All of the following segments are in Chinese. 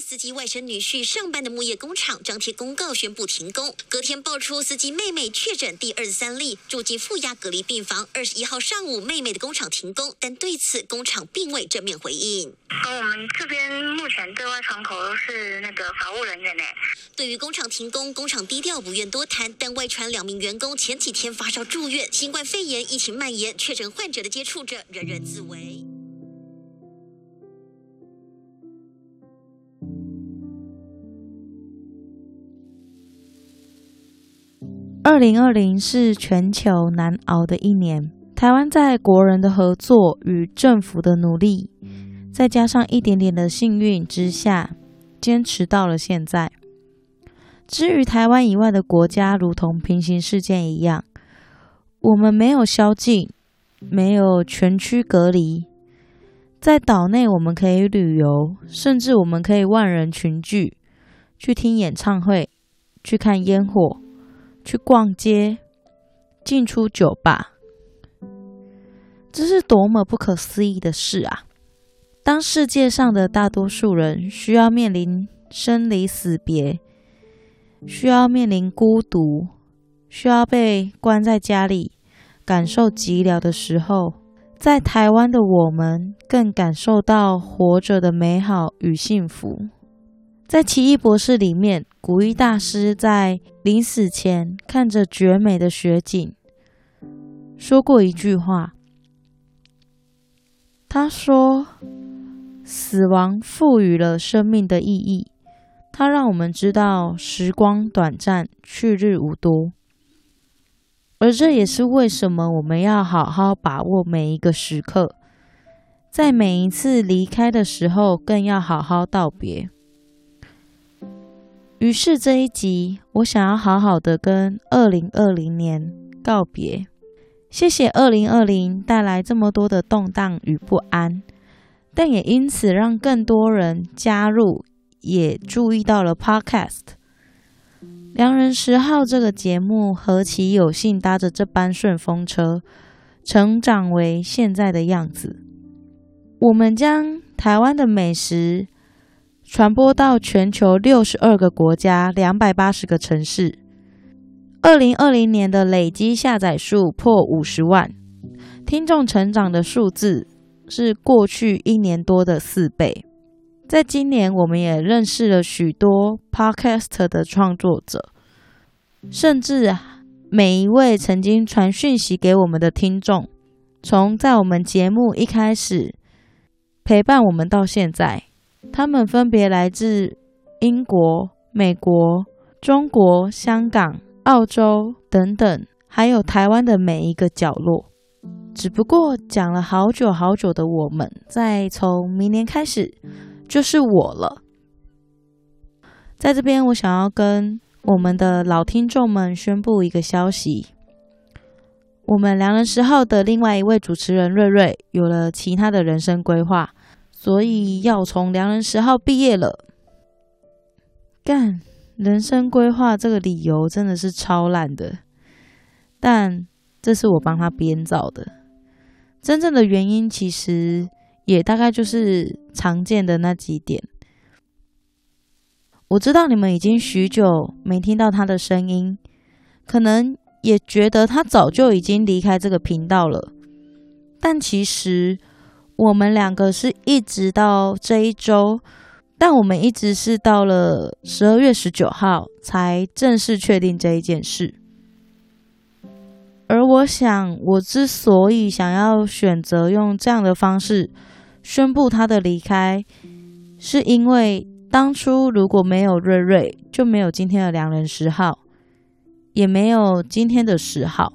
司机外甥女婿上班的木业工厂张贴公告宣布停工，隔天爆出司机妹妹确诊第二十三例，住进负压隔离病房。二十一号上午，妹妹的工厂停工，但对此工厂并未正面回应。哦，我们这边目前对外窗口都是那个法务人员呢。对于工厂停工，工厂低调不愿多谈，但外传两名员工前几天发烧住院，新冠肺炎疫情蔓延，确诊患者的接触者人人自危。二零二零是全球难熬的一年，台湾在国人的合作与政府的努力，再加上一点点的幸运之下，坚持到了现在。至于台湾以外的国家，如同平行世界一样，我们没有宵禁，没有全区隔离，在岛内我们可以旅游，甚至我们可以万人群聚，去听演唱会，去看烟火。去逛街、进出酒吧，这是多么不可思议的事啊！当世界上的大多数人需要面临生离死别，需要面临孤独，需要被关在家里感受寂寥的时候，在台湾的我们更感受到活着的美好与幸福。在《奇异博士》里面，古一大师在临死前看着绝美的雪景，说过一句话。他说：“死亡赋予了生命的意义，它让我们知道时光短暂，去日无多。而这也是为什么我们要好好把握每一个时刻，在每一次离开的时候，更要好好道别。”于是这一集，我想要好好的跟二零二零年告别。谢谢二零二零带来这么多的动荡与不安，但也因此让更多人加入，也注意到了 Podcast《良人十号》这个节目，何其有幸搭着这班顺风车，成长为现在的样子。我们将台湾的美食传播到全球六十二个国家、两百八十个城市。二零二零年的累积下载数破五十万，听众成长的数字是过去一年多的四倍。在今年，我们也认识了许多 Podcast 的创作者，甚至啊每一位曾经传讯息给我们的听众，从在我们节目一开始陪伴我们到现在。他们分别来自英国、美国、中国、香港、澳洲等等，还有台湾的每一个角落。只不过讲了好久好久的我们，再从明年开始就是我了。在这边，我想要跟我们的老听众们宣布一个消息：我们良人十号的另外一位主持人瑞瑞有了其他的人生规划。所以要从良人十号毕业了。干，人生规划这个理由真的是超烂的，但这是我帮他编造的。真正的原因其实也大概就是常见的那几点。我知道你们已经许久没听到他的声音，可能也觉得他早就已经离开这个频道了，但其实我们两个是一直到这一周，但我们一直是到了十二月十九号才正式确定这一件事。而我想，我之所以想要选择用这样的方式宣布他的离开，是因为当初如果没有瑞瑞，就没有今天的良人十号，也没有今天的十号，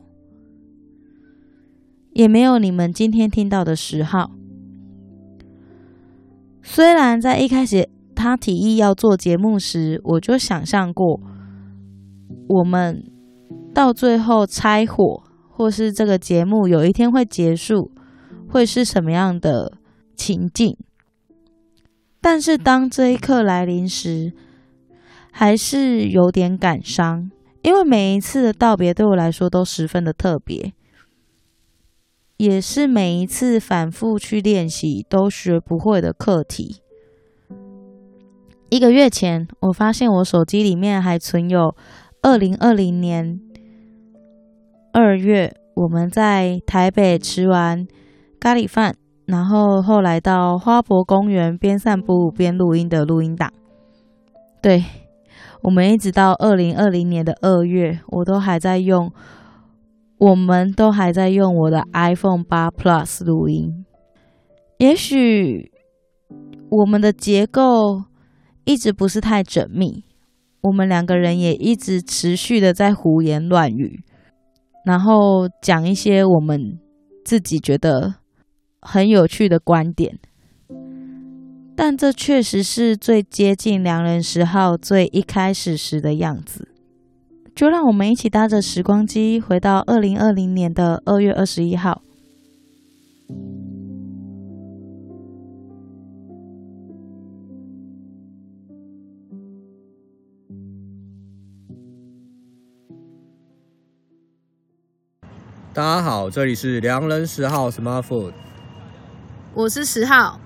也没有你们今天听到的十号。虽然在一开始他提议要做节目时，我就想象过我们到最后拆伙，或是这个节目有一天会结束，会是什么样的情境。但是当这一刻来临时，还是有点感伤，因为每一次的道别对我来说都十分的特别，也是每一次反复去练习都学不会的课题。一个月前，我发现我手机里面还存有二零二零年二月我们在台北吃完咖喱饭，然后后来到花博公园边散步边录音的录音档。对，我们一直到二零二零年的二月，我都还在用，我们都还在用我的 iPhone 八 Plus 录音。也许我们的结构一直不是太缜密，我们两个人也一直持续的在胡言乱语，然后讲一些我们自己觉得很有趣的观点。但这确实是最接近良人十号最一开始时的样子。就让我们一起搭着时光机回到二零二零年的二月二十一号。大家好，这里是良人十号 Smart Food，我是十号，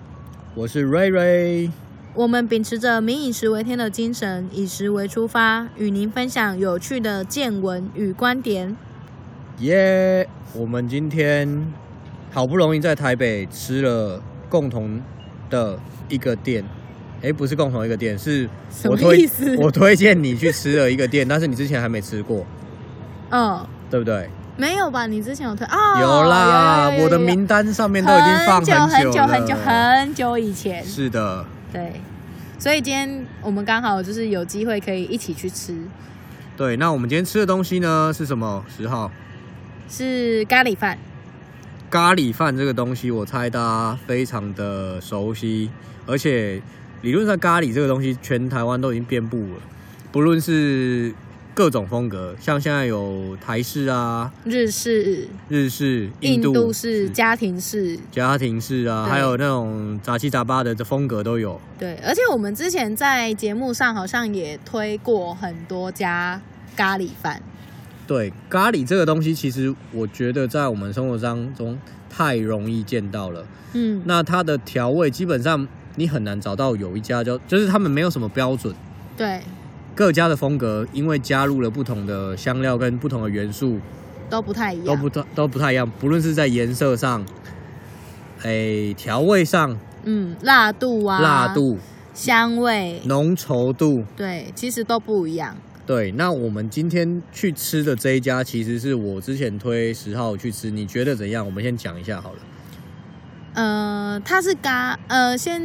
我是瑞瑞。我们秉持着“民以食为天”的精神，以食为出发，与您分享有趣的见闻与观点。耶、我们今天好不容易在台北吃了共同的一个店，诶，不是共同一个店，是什我么推意思？ 我推荐你去吃的一个店，但是你之前还没吃过，嗯，对不对？没有吧？你之前有推哦？有有有有啦有有我的名单上面都已经放很久很久了很久很久以前。是的，对，所以今天我们刚好就是有机会可以一起去吃，对。那我们今天吃的东西呢是什么？十号是咖喱饭。咖喱饭这个东西，我猜大家非常的熟悉，而且理论上咖喱这个东西，全台湾都已经遍布了，不论是各种风格，像现在有台式啊、日式、日式、印度度式、家庭式，家庭式啊，对还有那种杂七杂八的这风格都有。对，而且我们之前在节目上好像也推过很多家咖喱饭，对咖喱这个东西，其实我觉得在我们生活当中太容易见到了。嗯，那它的调味基本上你很难找到有一家就就是他们没有什么标准。对，各家的风格，因为加入了不同的香料跟不同的元素，都不太一都样，不太都不太一样。不论是在颜色上，哎，调味上、嗯，辣度啊，辣、度、香味，浓稠度，对，其实都不一样，对。那我们今天去吃的这一家，其实是我之前推十号去吃，你觉得怎样？我们先讲一下好了。呃，它是咖，呃，先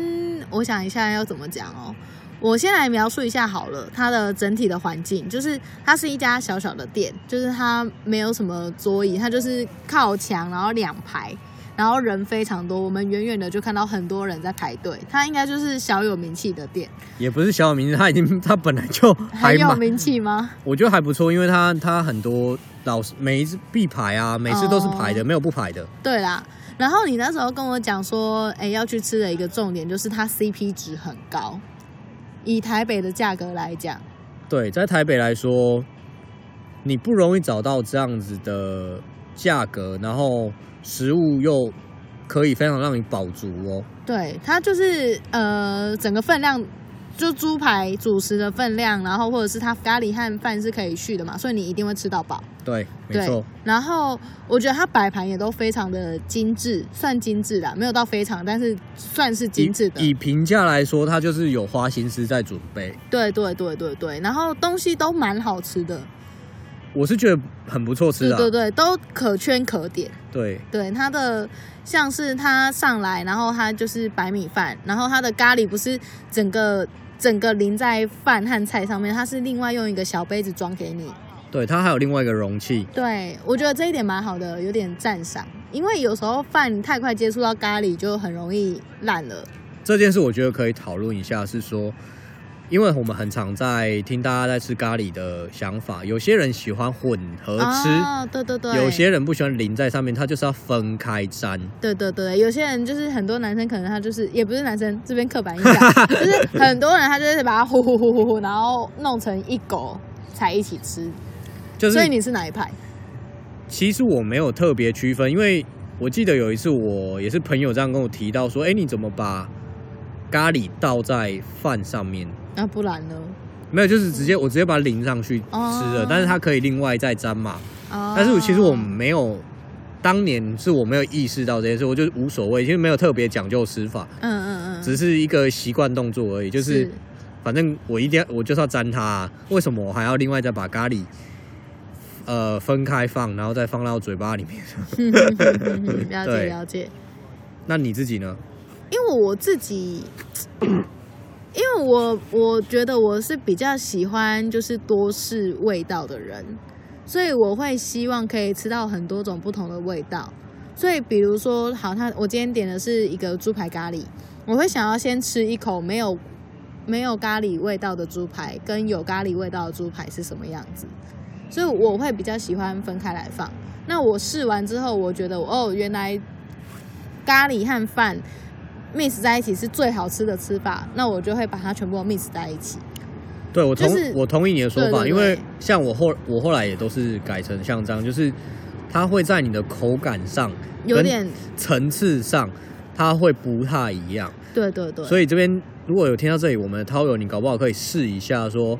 我想一下要怎么讲哦。我先来描述一下好了，它的整体的环境，就是它是一家小小的店，就是它没有什么桌椅，它就是靠墙，然后两排，然后人非常多，我们远远的就看到很多人在排队，它应该就是小有名气的 店，也不是小有名气，他已经 他本来就还很有蛮，名气吗？我觉得还不错，因为他他很多老师每一次必排啊，每次都是排的，哦没有不排的。对啦，然后你那时候跟我讲说，哎，要去吃的一个重点就是它 CP 值很高，以台北的价格来讲，对，在台北来说，你不容易找到这样子的价格，然后食物又可以非常让你饱足哦。对，它就是呃，整个分量就猪排主食的分量，然后或者是它咖喱和饭是可以续的嘛，所以你一定会吃到饱。对，没对错，然后我觉得它摆盘也都非常的精致，算精致啦，没有到非常，但是算是精致的。以以评价来说，它就是有花心思在准备。对对对对对，然后东西都蛮好吃的，我是觉得很不错吃对的、啊对对，都可圈可点。对对它的像是它上来，然后它就是白米饭，然后它的咖喱不是整个整个淋在饭和菜上面，它是另外用一个小杯子装给你。对它还有另外一个容器。对我觉得这一点蛮好的，有点赞赏，因为有时候饭太快接触到咖喱就很容易烂了。这件事我觉得可以讨论一下，是说，因为我们很常在听大家在吃咖喱的想法，有些人喜欢混合吃。啊，对对对，有些人不喜欢淋在上面，他就是要分开沾。对对对，有些人就是很多男生可能他就是也不是男生，这边刻板印 象，就是很多人他就是把它呼呼呼呼呼，然后弄成一狗才一起吃。就是，所以你是哪一派？其实我没有特别区分，因为我记得有一次我也是朋友这样跟我提到说，哎、你怎么把咖喱倒在饭上面？那、不然呢？没有，就是直接我直接把它淋上去吃了，嗯哦但是它可以另外再沾嘛。哦但是其实我没有，当年是我没有意识到这件事，我就无所谓，其实没有特别讲究吃法，嗯嗯嗯，只是一个习惯动作而已。就是反正我一定要，我就是要沾它、为什么我还要另外再把咖喱呃分开放，然后再放到嘴巴里面？是嗯了解对了解。那你自 己呢？因为我自己， 因为我我觉得我是比较喜欢就是多试味道的人，所以我会希望可以吃到很多种不同的味道。所以比如说，好，他我今天点的是一个猪排咖喱，我会想要先吃一口没有没有咖喱味道的猪排，跟有咖喱味道的猪排是什么样子。所以我会比较喜欢分开来放。那我试完之后，我觉得哦，原来咖喱和饭 mix 在一起是最好吃的吃法，那我就会把它全部都 mix 在一起。对我同、就是我同意你的说法，对对对因为像我后我后来也都是改成像这样，就是它会在你的口感上有跟点层次上，它会不太一样。对对对，所以以这边如果有听到这里，我们的涛友，你搞不好可以试一下说。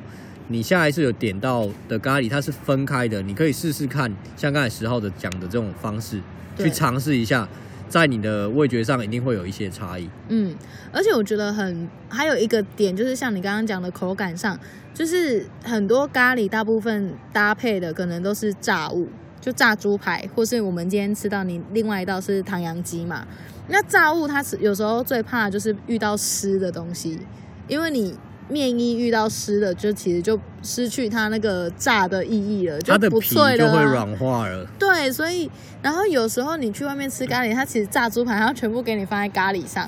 你下一次有点到的咖喱，它是分开的，你可以试试看，像刚才十号的讲的这种方式，去尝试一下，在你的味觉上一定会有一些差异。嗯，而且我觉得很还有一个点就是像你刚刚讲的口感上，就是很多咖喱大部分搭配的可能都是炸物，就炸猪排，或是我们今天吃到你另外一道是唐扬鸡嘛。那炸物它是有时候最怕就是遇到湿的东西，因为你面衣遇到湿的，就其实就失去它那个炸的意义了，就它的不皮脆了、就啊，会软化了，对，所以然后有时候你去外面吃咖喱，它其实炸猪排，它全部给你放在咖喱上，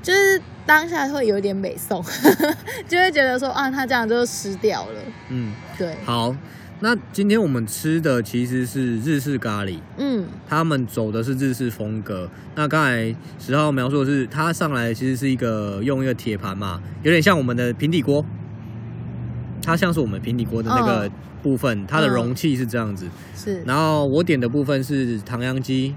就是当下会有点美送， 就会觉得说啊，它这样就湿掉了。嗯。对，好，那今天我们吃的其实是日式咖喱，嗯，他们走的是日式风格。那刚才十号描述的是，它上来其实是一个用一个铁盘嘛，有点像我们的平底锅，它像是我们平底锅的那个嗯部分，它的嗯容器是这样子。是然后我点的部分是唐扬鸡，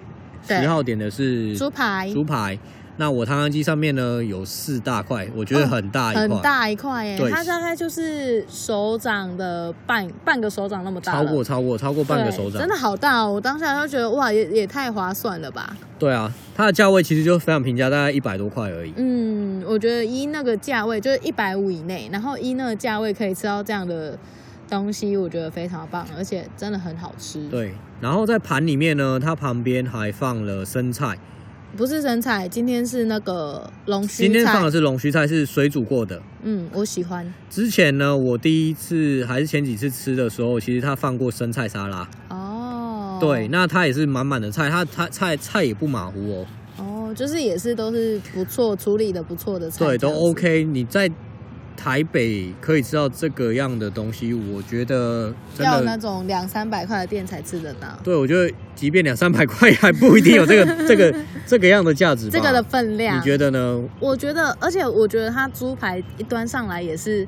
对十号点的是猪排，猪排。那我唐扬鸡上面呢有四大块，我觉得嗯很大一块，很大一块耶，对它大概就是手掌的半半个手掌那么大超了，过超过超过半个对手掌，真的好大哦！我当下就觉得哇，也也太划算了吧。对啊，它的价位其实就非常平价，大概一百多块而已。嗯，我觉得依那个价位就是一百五以内，然后依那个价位可以吃到这样的东西，我觉得非常棒，而且真的很好吃。，对，然后在盘里面呢，它旁边还放了生菜，不是生菜，今天是那个龙须菜。今天放的是龙须菜，是水煮过的。嗯，我喜欢之前呢，我第一次还是前几次吃的时候，其实它放过生菜沙拉。哦。对，那它也是满满的菜，它它菜菜也不马虎哦。哦，就是也是都是不错处理的不错的菜，对，都这样子。 OK。你在台北可以吃到这个样的东西，我觉得真要的。那种两三百块的店才吃得到，对，我觉得即便两三百块，还不一定有这 个这个这个样的价值吧。这个的分量。你觉得呢？我觉得，而且我觉得它猪排一端上来也是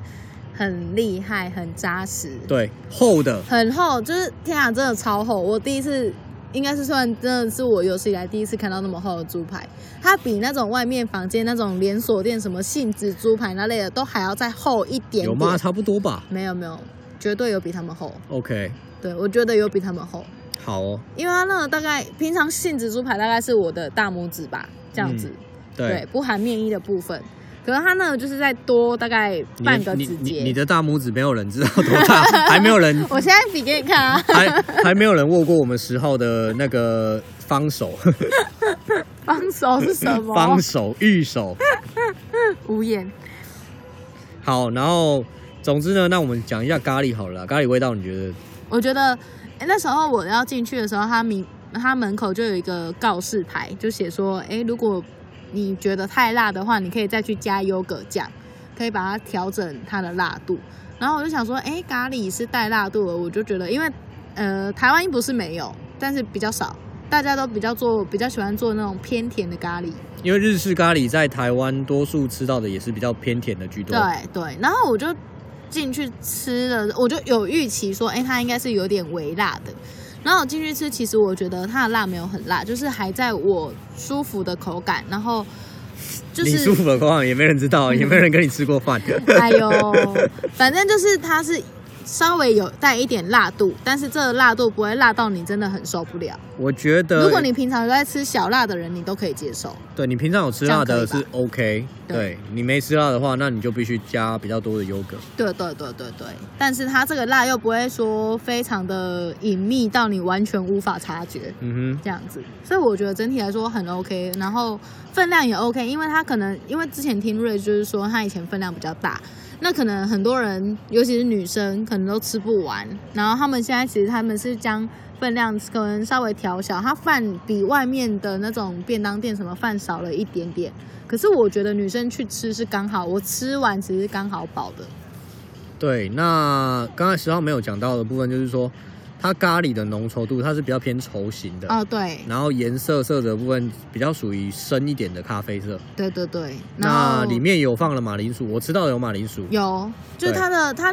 很厉害、很扎实。对，厚的，很厚，就是天啊，真的超厚。我第一次，应该是算真的是我有史以来第一次看到那么厚的猪排，它比那种外面房间那种连锁店什么杏子猪排那类的都还要再厚一点点。有吗？差不多吧。没有没有，绝对有比他们厚。 OK，对，我觉得有比他们厚，好哦，因为它那个大概平常杏子猪排大概是我的大拇指吧，这样子，对，不含面衣的部分。可是它那个就是再多大概你半个你指你你节。的大拇指没有人知道多 大，还没有人，我现在比给你看啊， 还还没有人握过我们十号的那个方手，放手是什 么？方手玉手。无眼。好，然后总之呢，那我们讲一下咖喱好了啦，咖喱味道你觉得？我觉得、诶那时候我要进去的时候，他明他门口就有一个告示牌，就写说，哎、如果你觉得太辣的话，你可以再去加优格酱，可以把它调整它的辣度。然后我就想说，哎、咖喱是带辣度的，我就觉得，因为呃，台湾不是没有，但是比较少，大家都比较做比较喜欢做那种偏甜的咖喱。因为日式咖喱在台湾多数吃到的也是比较偏甜的居多。对对，然后我就进去吃了，我就有预期说，哎、它应该是有点微辣的。然后我进去吃，其实我觉得它的辣没有很辣，就是还在我舒服的口感，然后就你是舒服的话也没人知道，啊也没人跟你吃过 饭。哎呦，反正就是它是稍微有带一点辣度，但是这个辣度不会辣到你真的很受不了。我觉得，如果你平常有在吃小辣的人，你都可以接受。对你平常有吃辣的这样是 OK，对对你没吃辣的话，那你就必须加比较多的优格。对对对对对，但是它这个辣又不会说非常的隐秘到你完全无法察觉。嗯这样子，所以我觉得整体来说很 OK，然后分量也 OK，因为它可能因为之前听瑞就是说它以前分量比较大，那可能很多人尤其是女生可能都吃不完，然后他们现在其实他们是将分量可能稍微调小，它饭比外面的那种便当店什么饭少了一点点，可是我觉得女生去吃是刚好，我吃完其实刚好饱的，哼，对。那刚才十号没有讲到的部分就是说，它咖喱的浓稠度它是比较偏稠型的，哦对然后颜色色泽的部分比较属于深一点的咖啡色。对对对，然后那里面有放了马铃薯，我吃到有马铃薯。有，就是对它的它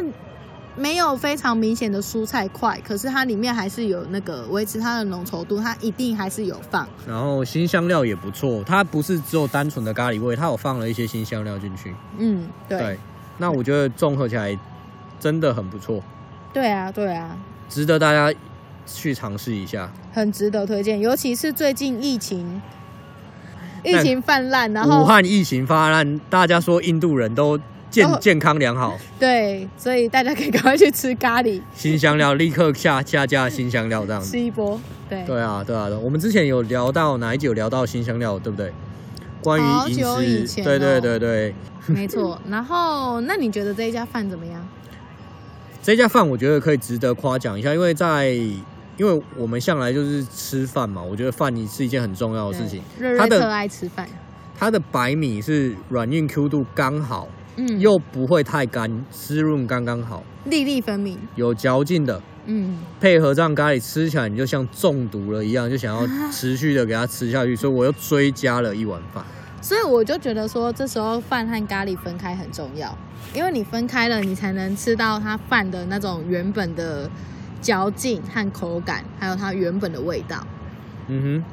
没有非常明显的蔬菜块，可是它里面还是有那个维持它的浓稠度，它一定还是有放。然后新香料也不错，它不是只有单纯的咖喱味，它有放了一些新香料进去。嗯，对，对那我觉得综合起来真的很不错，啊，对啊，值得大家去尝试一下。很值得推荐，尤其是最近疫情。疫但情泛滥，然哎武后汉疫情发烂，大家说印度人都健、哦健康良好，对，所以大家可以赶快去吃 咖喱，新香料立刻下下架新香料这样子吃。一波。对，嗯对啊，对啊，对啊我们之前有聊到哪一集有聊到新香料，对不对？关好于久以饮食，前对哦对对对， 没错。然后，那你觉得这一家饭怎么样？这家饭我觉得可以值得夸奖一下，因为在因为我们向来就是吃饭嘛，我觉得饭是一件很重要的事情。对瑞瑞它的特爱吃饭，它的白米是软硬 Q 度刚好，嗯，又不会太干，湿润刚刚好，粒粒分明，有嚼劲的，嗯，配合这样咖喱吃起来，你就像中毒了一样，就想 要持续的给它吃下去，所以我又追加了一碗饭。所以我就觉得说，这时候饭和咖喱分开很重要，因为你分开了，你才能吃到它饭的那种原本的嚼劲和口感，还有它原本的味道。嗯哼，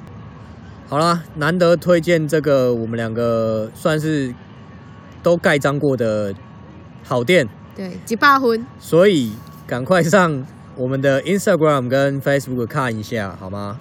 好啦，难得推荐这个我们两个算是都盖章过的好店，对，几把荤，所以赶快上我们的 Instagram 跟 Facebook 看一下好吗？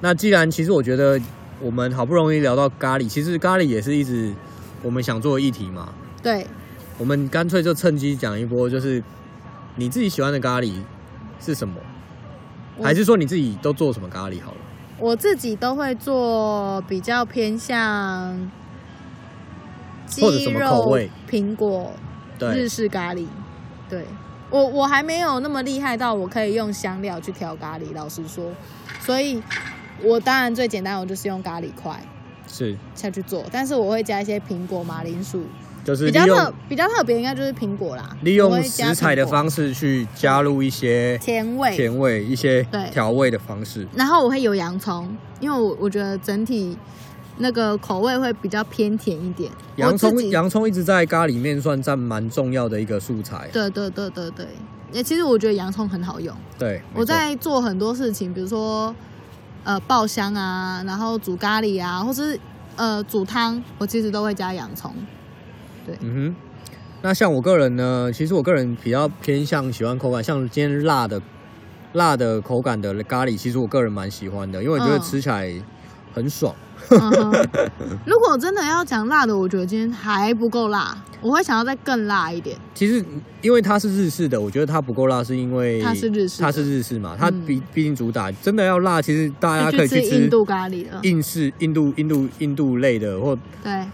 那既然其实我觉得我们好不容易聊到咖喱，其实咖喱也是一直我们想做的议题嘛。对，我们干脆就趁机讲一波，就是你自己喜欢的咖喱是什么，我还是说你自己都做什么咖喱好了？我自己都会做比较偏向鸡或者什么口肉味、苹果、日对，式咖喱。对我我还没有那么厉害到我可以用香料去调咖喱，老实说，所以我当然最简单，我就是用咖喱块是，下去做，但是我会加一些苹果、马铃薯，就是利比较特用比较特别应该就是苹果啦，利我用会加食材的苹果方式去加入一些甜味，甜味、一些对调味的方式。然后我会有洋葱，因为我我觉得整体那个口味会比较偏甜一点，我洋自葱，己洋葱一直在咖喱面算占蛮重要的一个素材。对对对对对，也其实我觉得洋葱很好用。对，没我错在做很多事情，比如说呃爆香啊，然后煮咖喱啊，或是呃煮汤，我其实都会加洋葱。嗯哼，那像我个人呢，其实我个人比较偏向喜欢口感，像今天辣的辣的口感的咖喱，其实我个人蛮喜欢的，因为我觉得嗯吃起来很爽。嗯 哼，如果真的要讲辣的，我觉得今天还不够辣，我会想要再更辣一点。其实因为它是日式的，我觉得它不够辣，是因为它是日式的它是日式嘛，它嗯毕毕竟主打真的要辣，其实大家可以就去去吃吃印度咖喱了。印式、印度、印度、印度类的或。对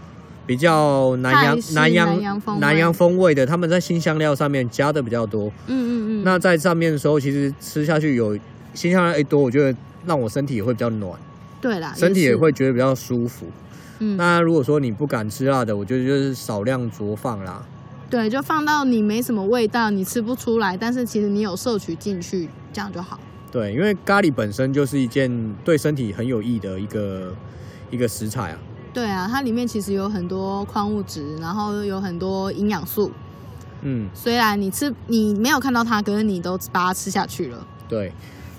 比较南洋泰式南洋南洋风味南洋风味的，他们在新香料上面加的比较多，嗯嗯嗯，那在上面的时候，其实吃下去有新香料一多，我觉得让我身体也会比较暖，对啦，身体也是会。觉得比较舒服。啊嗯，那如果说你不敢吃辣的，我觉得就是少量酌放啦。对，就放到你没什么味道，你吃不出来，但是其实你有摄取进去，这样就好。对，因为咖喱本身就是一件对身体很有益的一个一个食材啊。对啊，它里面其实有很多矿物质，然后有很多营养素。嗯，虽然你吃你没有看到它，可是你都把它吃下去了。对。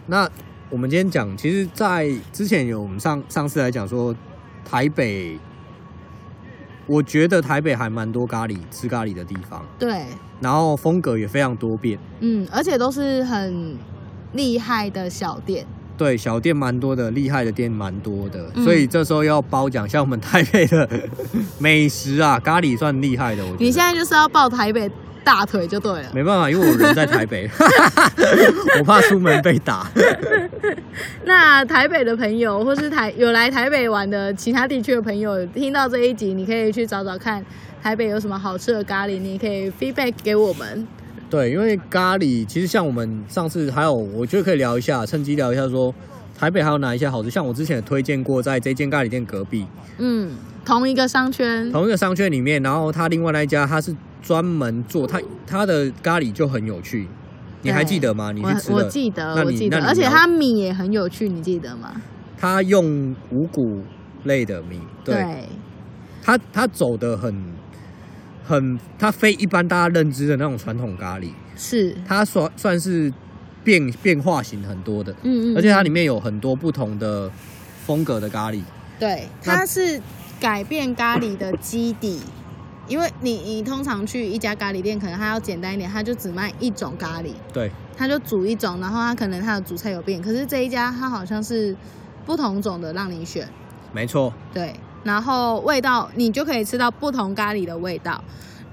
那我们今天讲，其实，在之前有我们上上次来讲说，台北，我觉得台北还蛮多咖喱吃咖喱的地方，对，然后风格也非常多变。嗯，而且都是很厉害的小店。对，小店蛮多的，厉害的店蛮多的，嗯所以这时候要褒奖像我们台北的 美食啊，咖喱算厉害的，我觉得。你现在就是要抱台北大腿就对了。没办法，因为我人在台北， 我怕出门被打。那台北的朋友，或是台有来台北玩的其他地区的朋友，听到这一集，你可以去找找看台北有什么好吃的咖喱，你可以 feedback 给我们。对，因为咖喱其实像我们上次还有，我觉得可以聊一下，趁机聊一下说台北还有哪一些好吃。像我之前也推荐过，在这间咖喱店隔壁嗯，同一个商圈，同一个商圈里面，然后他另外那一家他是专门做他他的咖喱就很有趣，你还对记得吗？你去吃我我的，记得，那我你记得那，你而且聊它米也很有趣，你记得吗？他用五谷类的米，对，他他走的很很，他非一般大家认知的那种传统咖喱。是，它算算是变变化型很多的，嗯嗯，而且它嗯里面有很多不同的风格的咖喱。对，那它是改变咖喱的基底，因为你你通常去一家咖喱店，可能它要简单一点，它就只卖一种咖喱，对，它就煮一种，然后它可能它的主菜有变，可是这一家它好像是不同种的让你选，没错，对，然后味道你就可以吃到不同咖喱的味道。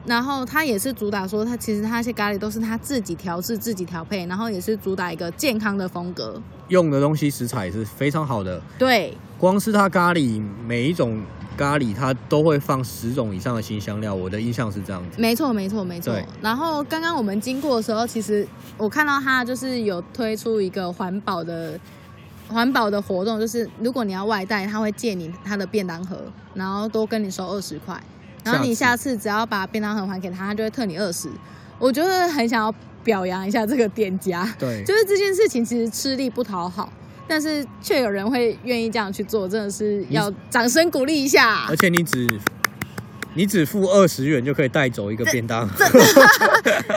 然后它也是主打说，它其实它那些咖喱都是它自己调制、自己调配，然后也是主打一个健康的风格。用的东西食材是非常好的，对，光是它咖喱每一种咖喱它都会放十种以上的新香料，我的印象是这样子。没错，没错，没错对。然后刚刚我们经过的时候，其实我看到它就是有推出一个环保的环保的活动，就是如果你要外带，他会借你他的便当盒，然后多跟你收二十块，然后你下下次只要把便当盒还给他，他就会退你二十。我觉得很想要表扬一下这个店家，对，就是这件事情其实吃力不讨好，但是却有人会愿意这样去做，真的是要掌声鼓励一下而。且你只你只付二十元就可以带走一个便当，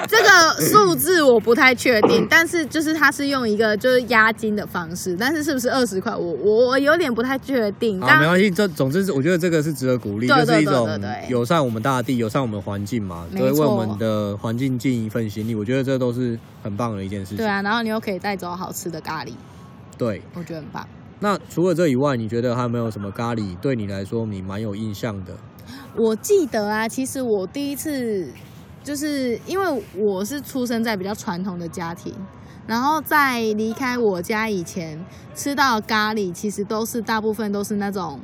这个数字我不太确定，但是就是它是用一个就是押金的方式，但是是不是二十块，我我我有点不太确定。啊好，没刚关系，这总之是我觉得这个是值得鼓励，对就是一种对对对对友善我们大地、友善我们环境嘛，没对，为错我们的环境尽一份心力，我觉得这都是很棒的一件事情。对啊，然后你又可以带走好吃的咖喱，对我觉得很棒。那除了这以外，你觉得还有没有什么咖喱对你来说你蛮有印象的？我记得啊，其实我第一次就是因为我是出生在比较传统的家庭，然后在离开我家以前吃到的咖喱，其实都是大部分都是那种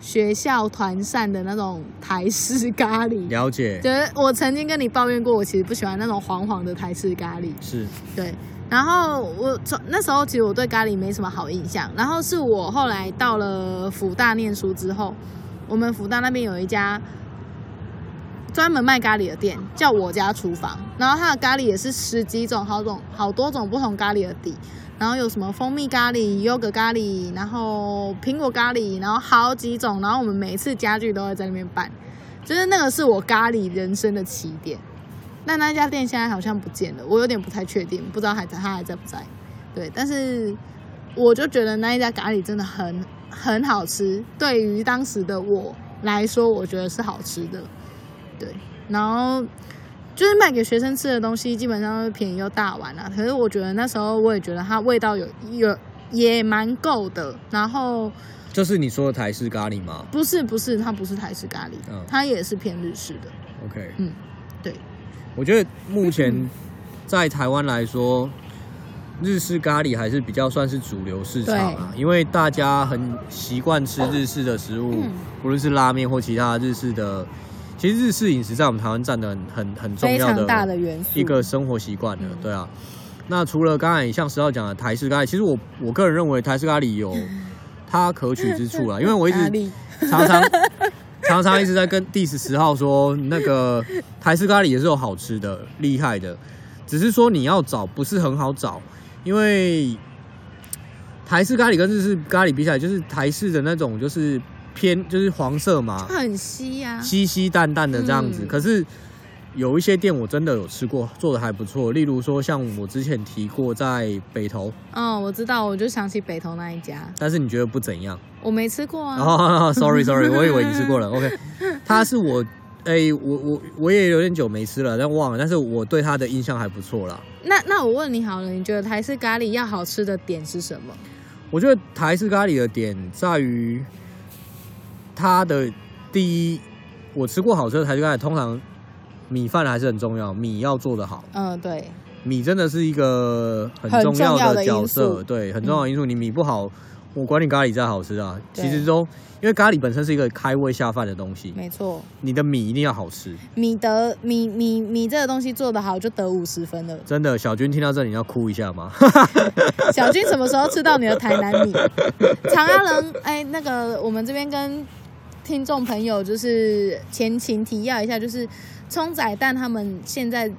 学校团膳的那种台式咖喱。了解，嗯就是我曾经跟你抱怨过，我其实不喜欢那种黄黄的台式咖喱。是对，然后我从那时候其实我对咖喱没什么好印象，然后是我后来到了福大念书之后，我们福大那边有一家专门卖咖喱的店，叫我家厨房，然后它的咖喱也是十几种、好种、好多种不同咖喱的底。然后有什么蜂蜜咖喱、优格咖喱，然后苹果咖喱，然后好几种，然后我们每一次家具都会在那边办，就是那个是我咖喱人生的起点。那那家店现在好像不见了，我有点不太确定，不知道还在它还在不在。对，但是我就觉得那一家咖喱真的很很好吃，对于当时的我来说，我觉得是好吃的。对，然后就是卖给学生吃的东西，基本上都是便宜又大碗啊。可是我觉得那时候我也觉得它味道有有也蛮够的，然后这是你说的台式咖喱吗不是不是，它不是台式咖喱，嗯它也是偏日式的。 ？OK，嗯，对，我觉得目前在台湾来说，日式咖喱还是比较算是主流市场啊，因为大家很习惯吃日式的食物嗯，无论是拉面或其他日式的，其实日式饮食在我们台湾占的很很很重非要常的大的元素一个生活习惯了嗯，对啊。那除了刚才像石浩讲的台式咖喱，其实我我个人认为台式咖喱有它可取之处啊啦，因为我一嗯 咖直喱。常常常常一直在跟 diss 十号说，那个台式咖喱也是有好吃的、厉害的，只是说你要找不是很好找，因为台式咖喱跟日式咖喱比起来，就是台式的那种就是偏就是黄色嘛，它很稀啊呀、稀稀淡淡的这样子。嗯可是有一些店我真的有吃过，做的还不错。例如说像我之前提过在北投，嗯，我知道，我就想起北投那一家，但是你觉得不怎样？我没吃过啊。哦、s o r r y Sorry，我以为你吃过了。OK，它是我。哎、我我我也有点久没吃了，但忘了。但是我对它的印象还不错啦。那那我问你好了，你觉得台式咖喱要好吃的点是什么？我觉得台式咖喱的点在于它的第一，我吃过好吃的台式咖喱，通常米饭还是很重要，米要做得好，嗯，对，米真的是一个很很重重要的的角因色，素嗯对，很重要的因素。你米不好，我管你咖喱再好吃啊，对其实都因为咖喱本身是一个开胃下饭的东西，没错，你的米一定要好吃。。米得米米米这个东西做得好就得五十分了真的，小军听到这里你要哭一下 吗？小军什么时候吃到你的台南米？ 长安人，哎，那个我们这边跟听众朋友就是前情提要一下，就是葱仔蛋他们现在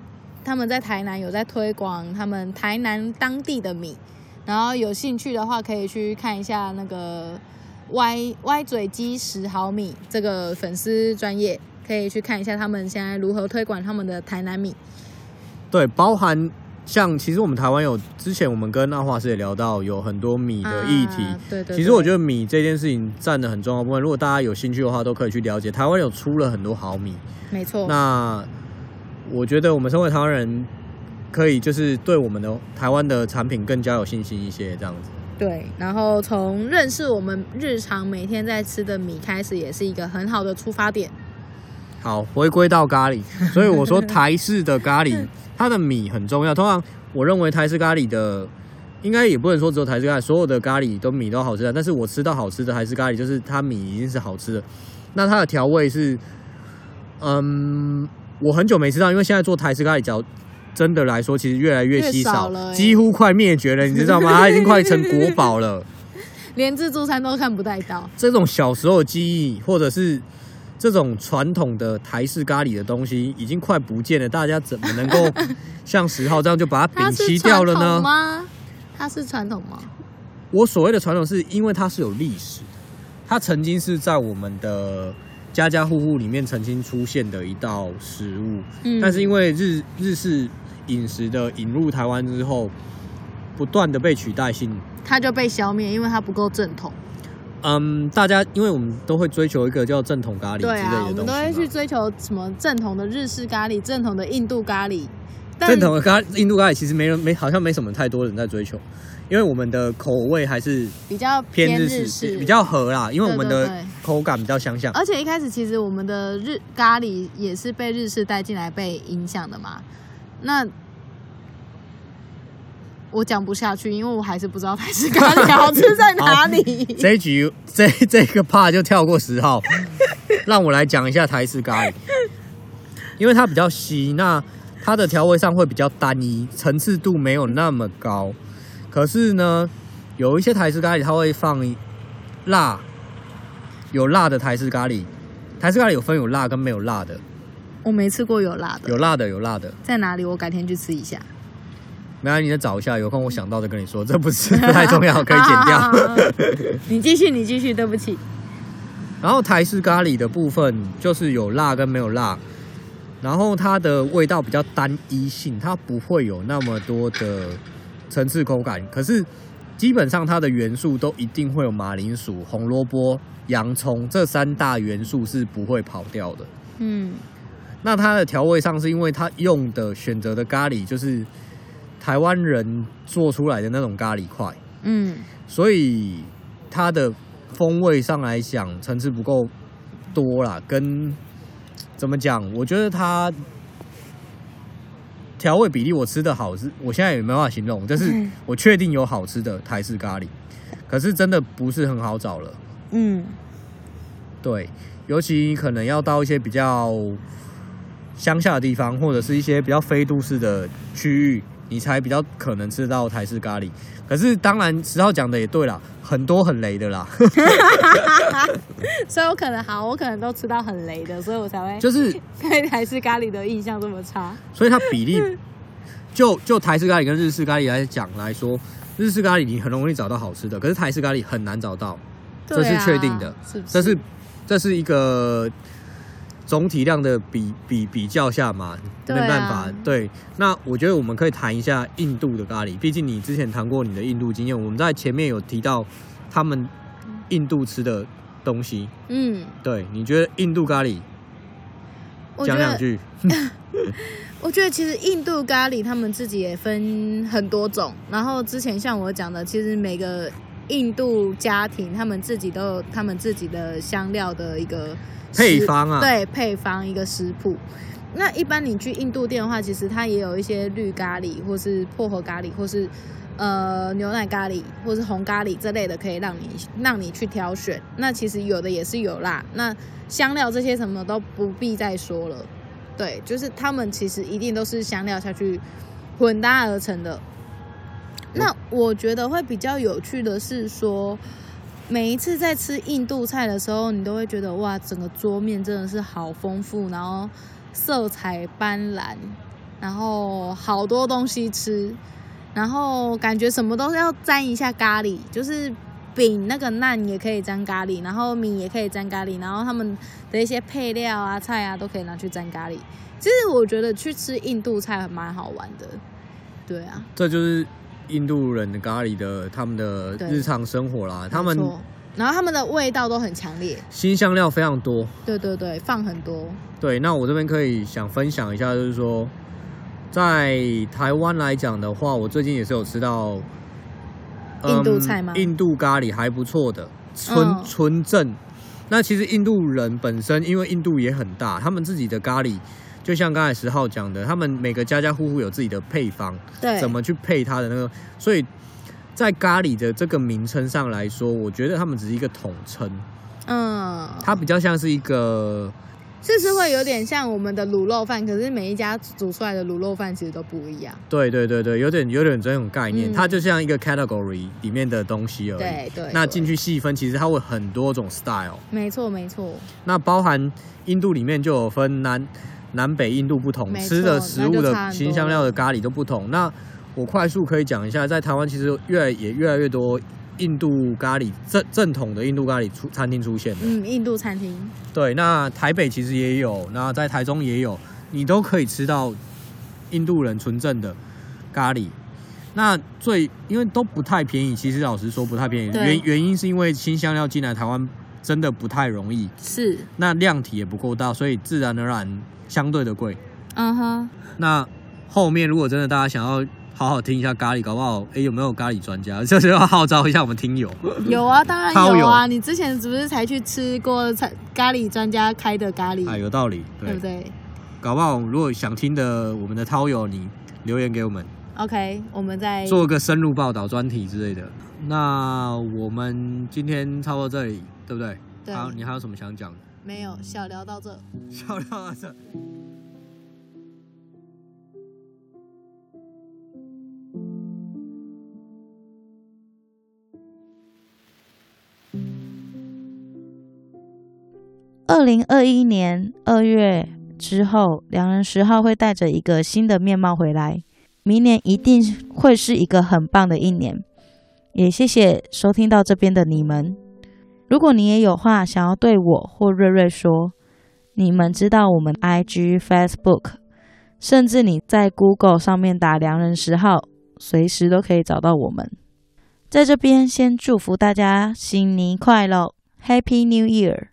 他们在台南有在推广他们台南当地的米，然后有兴趣的话可以去看一下那个歪歪嘴鸡十毫米这个粉丝专业，可以去看一下他们现在如何推广他们的台南米。对，包含像其实我们台湾有之前我们跟阿华师也聊到，有很多米的议题。啊对对对其实我觉得米这件事情占的很重要部分，如果大家有兴趣的话，都可以去了解。台湾有出了很多好米，没错，那我觉得我们身为台湾人，可以就是对我们的台湾的产品更加有信心一些，这样子。对，然后从认识我们日常每天在吃的米开始，也是一个很好的出发点。好，回归到咖 喱，所以我说台式的咖喱，它的米很重要。通常我认为台式咖喱的，应该也不能说只有台式咖喱，所有的咖喱都米都好吃啊。但是我吃到好吃的台式咖喱，就是它米一定是好吃的。那它的调味是，嗯，我很久没吃到，因为现在做台式咖喱饺。真的来说，其实越来越稀越少少，了欸几乎快灭绝了，你知道吗？它已经快成国宝了。连自助餐都看不带到，这种小时候的记忆，或者是这种传统的台式咖喱的东西，已经快不见了。大家怎么能 够像十号这样就把它它摒是弃传掉了统呢？吗？它是传统吗？我所谓的传统，是因为它是有历史的，它曾经是在我们的家家户户里面曾经出现的一道食物。嗯，但是因为日日式饮食的引入台湾之后，不断的被取代性它就被消灭，因为它不够正统。嗯，大家因为我们都会追求一个叫正统咖喱之类对的东西啊，我们都会嘛去追求什么正统的日式咖喱、正统的印度咖喱，但正统的咖印度咖喱其实没人没好像没什么太多人在追求，因为我们的口味还是比较偏日日式，比较合啦，因为我们对的对对口感比较相 像。而且一开始其实我们的日咖喱也是被日式带进来被影响的嘛。那我讲不下去，因为我还是不知道台式咖喱好吃在哪里。 这一局这这个 part 就跳过十号， 让我来讲一下台式咖喱，因为它比较稀，那它的调味上会比较单一，层次度没有那么高。可是呢，有一些台式咖喱它会放辣，有辣的台式咖喱，台式咖喱有分有辣跟没有辣的，我没吃过有辣的，有辣的有辣的。在哪里？我改天去吃一下。没关系，你再找一下，有空我想到再跟你说，这不是不太重要，可以剪好好 好好掉。你继续，你继续，对不起。然后台式咖喱的部分就是有辣跟没有辣，然后它的味道比较单一性，它不会有那么多的层次口感。可是基本上它的元素都一定会有马铃薯、红萝卜、洋葱这三大元素是不会跑掉的。嗯，那它的调味上是因为它用的选择的咖喱就是台湾人做出来的那种咖喱块。嗯，所以它的风味上来讲层次不够多啦，跟怎么讲？我觉得它调味比例我吃的好是，我现在也没办法形容，但是嗯我确定有好吃的台式咖喱，可是真的不是很好找了。嗯，对，尤其可能要到一些比较乡下的地方，或者是一些比较非都市的区域，你才比较可能吃到台式咖喱。可是当然，十号讲的也对啦，很多很雷的啦，嗯所以我可能好，我可能都吃到很雷 的，所以我才会就是对台式咖喱的印象这么差。所以它比例就就台式咖喱跟日式咖喱来讲来说，日式咖喱你很容易找到好吃的，可是台式咖喱很难找到，这是对啊确定的，是不这是这是一个总体量的比比比较下嘛，没对啊办法。对，那我觉得我们可以谈一下印度的咖喱，毕竟你之前谈过你的印度经验，我们在前面有提到他们印度吃的东西。嗯，对，你觉得印度咖喱我觉讲两得句？我觉得其实印度咖喱他们自己也分很多种，然后之前像我讲的，其实每个印度家庭他们自己都有他们自己的香料的一个食配方啊对配方一个食谱。那一般你去印度店的话，其实它也有一些绿咖喱，或是薄荷咖喱，或是呃牛奶咖喱，或是红咖喱这类的，可以让你让你去挑选。那其实有的也是有啦，那香料这些什么都不必再说了。对，就是他们其实一定都是香料下去混搭而成的。那我觉得会比较有趣的是说，每一次在吃印度菜的时候，你都会觉得哇，整个桌面真的是好丰富，然后色彩斑斓，然后好多东西吃，然后感觉什么都是要沾一下咖喱，就是饼那个馕也可以沾咖喱，然后米也可以沾咖喱，然后他们的一些配料啊、菜啊都可以拿去沾咖喱。其实我觉得去吃印度菜蛮好玩的，对啊，这就是印度人的咖喱的他们的对日常生活啦，他们没错然后他们的味道都很强烈，新香料非常多。对对对，放很多，对，那我这边可以想分享一下，就是说，在台湾来讲的话，我最近也是有吃到、嗯印度菜吗印度咖喱还不错的，纯、嗯纯正。那其实印度人本身，因为印度也很大，他们自己的咖喱，就像刚才十号讲的，他们每个家家户户有自己的配方，对，怎么去配它的那个，所以在咖喱的这个名称上来说，我觉得他们只是一个统称，嗯，它比较像是一个是不是会有点像我们的卤肉饭？可是每一家煮出来的卤肉饭其实都不一样，对对对对，有点有点这种概念，嗯它就像一个 category 里面的东西而已。对对，那对进去细分，其实它会很多种 style。没错没错，那包含印度里面就有分南南北印度不同，没错吃的食物那就差的很多新香料的咖喱都不同。那我快速可以讲一下，在台湾其实越来也越来越多印度咖喱正正统的印度咖喱出餐厅出现了。嗯，印度餐厅，对，那台北其实也有，那在台中也有，你都可以吃到印度人纯正的咖喱。那最因为都不太便宜，其实老实说不太便宜，对原原因是因为新香料进来台湾真的不太容易，是，那量体也不够大，所以自然而然相对的贵。嗯 哼，那后面如果真的大家想要好好听一下咖喱，搞不好哎、诶有没有咖喱专家，就是要号召一下我们听友。有啊，当然超有啊，有你之前是不是才去吃过餐咖喱专家开的咖喱，哎，有道理，对不对搞不好如果想听的我们的涛友，你留言给我们， ？OK，我们再做个深入报道、专题之类的。那我们今天差不多这里，对不对？对好，你还有什么想讲的？没有小聊到这。笑到这。二零二一年二月之后，两人十号会带着一个新的面貌回来，明年一定会是一个很棒的一年。也谢谢收听到这边的你们。如果你也有话想要对我或瑞瑞说，你们知道我们 IG、Facebook，甚至你在 Google 上面打“良人十号”，随时都可以找到我们。在这边先祝福大家新年快乐，Happy New Year！